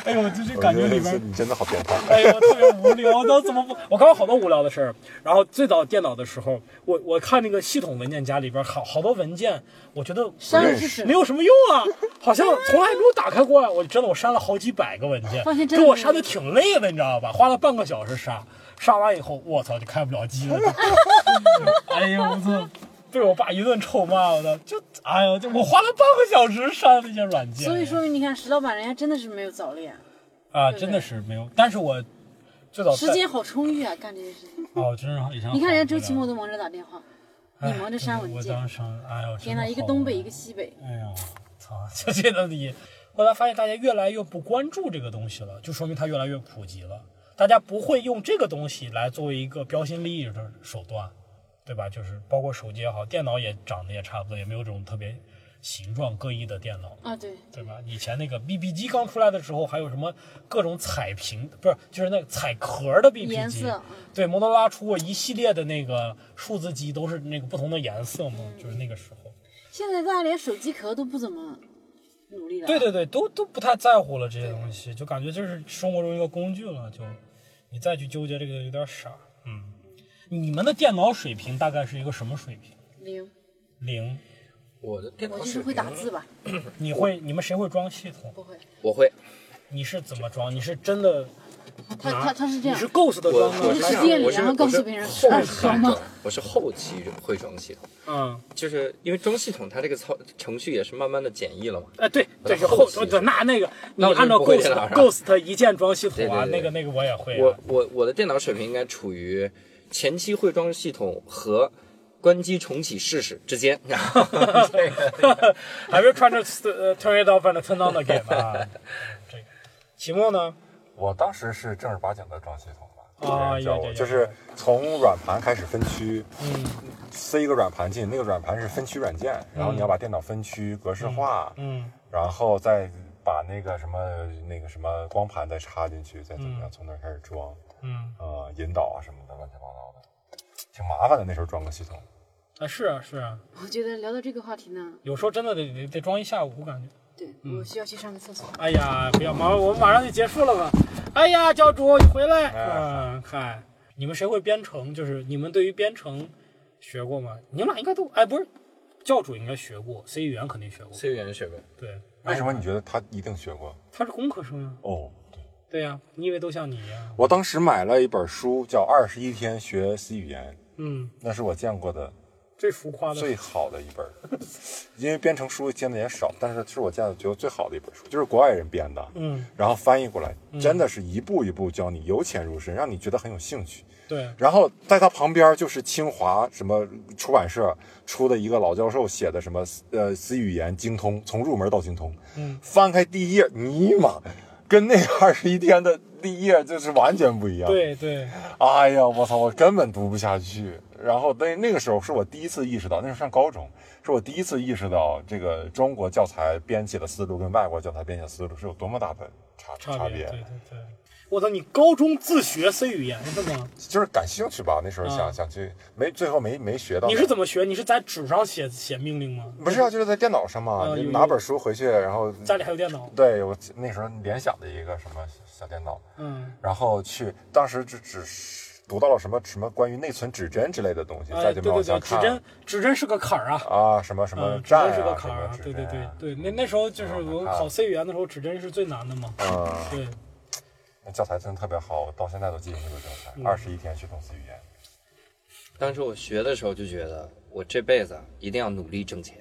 Speaker 4: 哎呦，就就感觉里边
Speaker 2: 你真的好变态。
Speaker 4: 哎呦，特别无聊，那怎么不？我干过好多无聊的事儿。然后最早电脑的时候，我我看那个系统文件夹里边好好多文件，我觉得
Speaker 3: 删了是
Speaker 4: 没
Speaker 3: 指
Speaker 4: 有什么用啊，好像从来没有打开过呀。我真的我删了好几百个文件
Speaker 3: 发现，真
Speaker 4: 给
Speaker 3: 的
Speaker 4: 我删的挺累的，你知道吧？花了半个小时删，删完以后，我操，就开不了 机了。哎呦，我操！被我爸一顿臭骂，我操！就哎呦，就我花了半个小时删那些软件。
Speaker 3: 所以说明你看石老板人家真的是没有早恋，
Speaker 4: 啊，真的是没有。但是我最早在
Speaker 3: 时间好充裕啊，干这些事情。
Speaker 4: 哦，真是以前
Speaker 3: 你看人家周
Speaker 4: 好
Speaker 3: 奇墨都忙着打电话，
Speaker 4: 哎
Speaker 3: 你忙着删文
Speaker 4: 我
Speaker 3: 件
Speaker 4: 当，时，哎呦，
Speaker 3: 天
Speaker 4: 哪，
Speaker 3: 哪，一个东北一个，西北，
Speaker 4: 哎呀，操， 就这东西。后来发现大家越来越不关注这个东西了，就说明它越来越普及了。大家不会用这个东西来作为一个标新立异的手段，对吧？就是包括手机也好，电脑也长得也差不多，也没有这种特别形状各异的电脑。
Speaker 3: 啊对，
Speaker 4: 对吧？以前那个 BB 机刚出来的时候，还有什么各种彩屏，不是，就是那个彩壳的 BB 机。
Speaker 3: 颜色嗯
Speaker 4: 对，摩托罗拉出过一系列的那个数字机，都是那个不同的颜色嘛，
Speaker 3: 嗯
Speaker 4: 就是那个时候。
Speaker 3: 现在大家连手机壳都不怎么努力了。
Speaker 4: 对对对，都都不太在乎了这些东西，就感觉这是生活中一个工具了，就你再去纠结这个有点傻。嗯，你们的电脑水平大概是一个什么水平？
Speaker 3: 零，
Speaker 4: 零。
Speaker 1: 我的电脑
Speaker 3: 我就是
Speaker 1: 水
Speaker 3: 会打
Speaker 1: 平
Speaker 3: 字吧，
Speaker 4: 你会你们谁会装系统？
Speaker 3: 不会。
Speaker 1: 我会，
Speaker 4: 你是怎么装？你是真的
Speaker 3: 他他他是这
Speaker 4: 你
Speaker 3: 样
Speaker 4: 是，Ghost 的
Speaker 1: 我我
Speaker 4: 装吗
Speaker 1: 是？
Speaker 3: 实
Speaker 1: 这
Speaker 3: 践
Speaker 1: 样，
Speaker 3: 里
Speaker 1: 我是
Speaker 3: 然后
Speaker 1: 我
Speaker 3: 告诉
Speaker 1: 是
Speaker 3: 别人
Speaker 1: 后
Speaker 3: 哎
Speaker 1: 期
Speaker 3: 好吗
Speaker 1: 装，我是后期会装系统，
Speaker 4: 嗯。
Speaker 1: 就是因为装系统它这个操程序也是慢慢的简易了嘛。
Speaker 4: 哎，对，
Speaker 1: 不
Speaker 4: 对，
Speaker 1: 太
Speaker 4: 是
Speaker 1: 后
Speaker 4: 后
Speaker 1: 期
Speaker 4: 对对，那那个你
Speaker 1: 那我就
Speaker 4: 按照
Speaker 1: 不会电
Speaker 4: Ghost
Speaker 1: 脑上
Speaker 4: Ghost 一键装系统啊，
Speaker 1: 对对对
Speaker 4: 那个那个我也会、啊。
Speaker 1: 我我我的电脑水平应该处于前期会装系统和关机重启试试之间。 然后这个
Speaker 4: 还没穿着呃 turn it off and turn on again 啊。这个期末呢？
Speaker 2: 我当时是正儿八经的装系统吧，
Speaker 4: 啊
Speaker 2: 别人教
Speaker 4: 有有有
Speaker 2: 我就是从软盘开始分区，
Speaker 4: 嗯
Speaker 2: 塞一个软盘进，那个软盘是分区软件，然后你要把电脑分区格式化，
Speaker 4: 嗯
Speaker 2: 然后再把那个什么那个什么光盘再插进去，再怎么样，
Speaker 4: 嗯
Speaker 2: 从那儿开始装，
Speaker 4: 嗯，
Speaker 2: 呃，引导啊什么的，乱七八糟的，挺麻烦的。那时候装个系统，
Speaker 4: 啊是啊是啊，
Speaker 3: 我觉得聊到这个话题呢，
Speaker 4: 有时候真的得得得装一下午，感觉。
Speaker 3: 对、我需要去上个厕所。
Speaker 4: 哎呀，不要忙，我们马上就结束了吧。哎呀，教主你回来，
Speaker 2: 哎
Speaker 4: 嗯，嗨，你们谁会编程？就是你们对于编程学过吗？你们俩应该都，哎，不是，教主应该学过，C 语言肯定学过，
Speaker 1: C 语言学过，
Speaker 4: 对，哎
Speaker 2: 为什么
Speaker 4: 嗯
Speaker 2: 你觉得他一定学过？
Speaker 4: 他是工科生啊呀、
Speaker 2: 哦，
Speaker 4: 对呀、你以为都像你一样？
Speaker 2: 我当时买了一本书，叫《二十一天学 C 语言》，
Speaker 4: 嗯，
Speaker 2: 那是我见过的
Speaker 4: 最浮夸的，
Speaker 2: 最好的一本儿， 因为编程书见的也少，但是是我见的觉得最好的一本书，就是国外人编的，
Speaker 4: 嗯，
Speaker 2: 然后翻译过来，真的是一步一步教你由浅入深，让你觉得很有兴趣。
Speaker 4: 对，
Speaker 2: 然后在他旁边就是清华什么出版社出的一个老教授写的什么呃 C 语言精通，从入门到精通。
Speaker 4: 嗯，
Speaker 2: 翻开第一页，尼玛，跟那个二十一天的第一页就是完全不一样。，
Speaker 4: 对对，
Speaker 2: 哎呀，我操，我根本读不下去。然后那那个时候是我第一次意识到，那时候上高中，是我第一次意识到这个中国教材编辑的思路跟外国教材编辑的思路是有多么大的差
Speaker 4: 差
Speaker 2: 差
Speaker 4: 别，
Speaker 2: 别。
Speaker 4: 对对对。我操，你高中自学 C 语言是吗？
Speaker 2: 就是感兴趣吧，那时候想、
Speaker 4: 嗯
Speaker 2: 想去，没最后没没学到。
Speaker 4: 你是怎么学？你是在纸上写写命令吗？
Speaker 2: 不是啊，就是在电脑上嘛，
Speaker 4: 嗯
Speaker 2: 你
Speaker 4: 有
Speaker 2: 拿本书回去，然后
Speaker 4: 家里还有电脑。
Speaker 2: 对我那时候联想的一个什么小电脑，
Speaker 4: 嗯，
Speaker 2: 然后去当时只只是读到了什么什么关于内存指针之类的东西，
Speaker 4: 哎，
Speaker 2: 再
Speaker 4: 对
Speaker 2: 就没
Speaker 4: 对
Speaker 2: 往
Speaker 4: 对，
Speaker 2: 下
Speaker 4: 指
Speaker 2: 看。
Speaker 4: 针指针是个坎儿啊。
Speaker 2: 啊，什么什么
Speaker 4: 嗯，指
Speaker 2: 站
Speaker 4: 针是个
Speaker 2: 啊，什
Speaker 4: 坎儿
Speaker 2: 么
Speaker 4: 啊，
Speaker 2: 指
Speaker 4: 对对
Speaker 2: 针
Speaker 4: 对
Speaker 2: 啊，
Speaker 4: 对，那那时候就是
Speaker 2: 往下
Speaker 4: 我
Speaker 2: 看
Speaker 4: 考 C 语言的时候，指针是最难的嘛。
Speaker 2: 嗯，
Speaker 4: 对，
Speaker 2: 那教材真的特别好，我到现在都记得这个教材，
Speaker 4: 嗯
Speaker 2: 二十一天学懂 C 语言。
Speaker 1: 当时我学的时候就觉得，我这辈子啊一定要努力挣钱，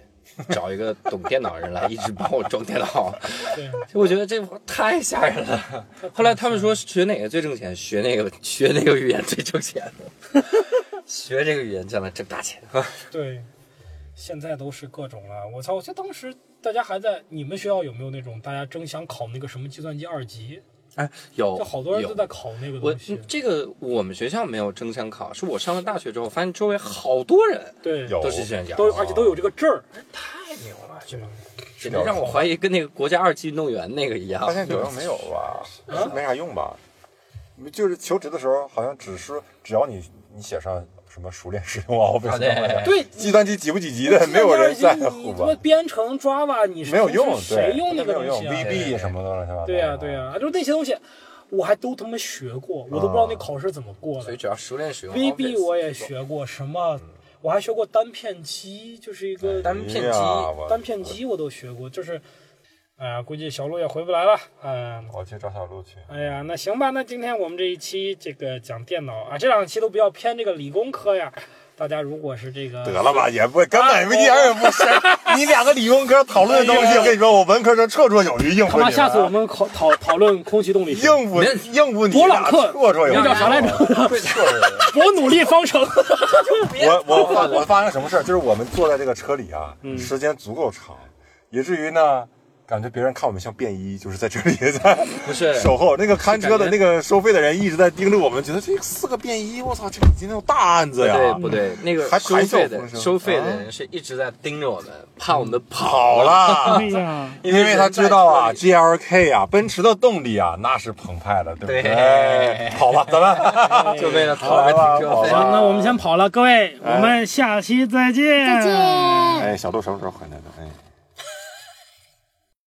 Speaker 1: 找一个懂电脑的人来一直帮我装电脑。
Speaker 4: 对，
Speaker 1: 就我觉得这太吓人了。后来他们说学哪个最挣钱，学那个学那个语言最挣钱， 学这个语言将来挣大钱。
Speaker 4: 对，现在都是各种了。我操！我记得当时大家还在你们学校有没有那种大家争相考那个什么计算机二级？
Speaker 1: 哎，有
Speaker 2: 哦
Speaker 4: 就好多人
Speaker 1: 有
Speaker 4: 都在考那个
Speaker 1: 我
Speaker 4: 东西
Speaker 1: 嗯。这个我们学校没有争相考，是我上了大学之后发现周围好多人
Speaker 4: 对，
Speaker 2: 有
Speaker 1: 都是这样，
Speaker 4: 都而且都有这个证儿。
Speaker 1: 太牛了，这简直
Speaker 2: 了
Speaker 1: 让我怀疑跟那个国家二级运动员那个一样
Speaker 2: 发。现有用没有 吧？
Speaker 4: 啊
Speaker 2: 没啥用吧？就是求职的时候，好像只是只要你你写上什么熟练使用啊，或者什么的，
Speaker 4: 对，
Speaker 2: 计算机几不几级的，嗯没有人在乎
Speaker 4: 你他妈
Speaker 2: 吧？
Speaker 4: 编程 Java，你是
Speaker 2: 没有用，
Speaker 4: 平时谁
Speaker 2: 对
Speaker 4: 用那个
Speaker 2: 没有用
Speaker 4: 东西啊？
Speaker 2: ，VB 什么的乱七八糟。
Speaker 4: 对呀，对啊呀，就那些东西，我还都他妈学过，我都不知道那
Speaker 2: 啊
Speaker 4: 考试怎么过
Speaker 1: 所
Speaker 4: 的
Speaker 1: 以。只要熟练使用
Speaker 4: VB
Speaker 1: Office
Speaker 4: 我也学过，什么我还学过单片机，就是一个
Speaker 1: 单片机
Speaker 2: 哎呀我
Speaker 4: 单片机我都学过，就是，哎、呀，估计小鹿也回不来了，嗯、
Speaker 2: 我去找小鹿去。
Speaker 4: 哎呀，那行吧，那今天我们这一期这个讲电脑啊，这两期都比较偏这个理工科呀，大家如果啊是这个
Speaker 2: 得了吧，也不根本一点儿也不 深。你两个理工科讨论的东
Speaker 4: 哎
Speaker 2: 西，
Speaker 4: 呀
Speaker 2: 我跟你说，我文科生绰绰有余，应
Speaker 4: 他
Speaker 2: 付
Speaker 4: 妈，
Speaker 2: 你
Speaker 4: 下次我
Speaker 2: 了。
Speaker 4: 们考讨讨论空气动力学，
Speaker 2: 应付应付你
Speaker 4: 博
Speaker 2: 俩
Speaker 4: 朗克
Speaker 2: 绰啊绰有余。
Speaker 4: 那叫啥来着？
Speaker 2: 绰绰有余。
Speaker 4: 我努力方 程。
Speaker 2: 我我 发我发生什么事儿？就是我们坐在这个车里啊，
Speaker 4: 嗯
Speaker 2: 时间足够长，以至于呢，感觉别人看我们像便衣，就是在这 里在
Speaker 1: 不是
Speaker 2: 守候。那个看车的
Speaker 1: 是感觉
Speaker 2: 那个收费的人一直在盯着我们，觉得这四个便衣，我操，这今天有大案子呀！
Speaker 1: 对不对？那个
Speaker 2: 还
Speaker 1: 收
Speaker 2: 谈笑
Speaker 1: 费
Speaker 2: 风啊
Speaker 1: 的
Speaker 2: 生
Speaker 1: 收费的人是一直在盯着我们，怕我们跑
Speaker 2: 跑
Speaker 1: 了。
Speaker 2: 了，
Speaker 3: 哎
Speaker 4: 呀，
Speaker 2: 因为他知道啊
Speaker 1: 人在
Speaker 2: ，GLK 啊，奔驰的动力啊，那是澎湃的，对不
Speaker 1: 对
Speaker 2: 对？跑吧，咱 们
Speaker 1: 就为了讨个
Speaker 2: 好吧
Speaker 1: 停车费
Speaker 2: 好。吧哎
Speaker 4: 那我们先跑了，各位，我们下期再见。
Speaker 3: 再见。
Speaker 2: 哎，小豆什么时候回来的？哎。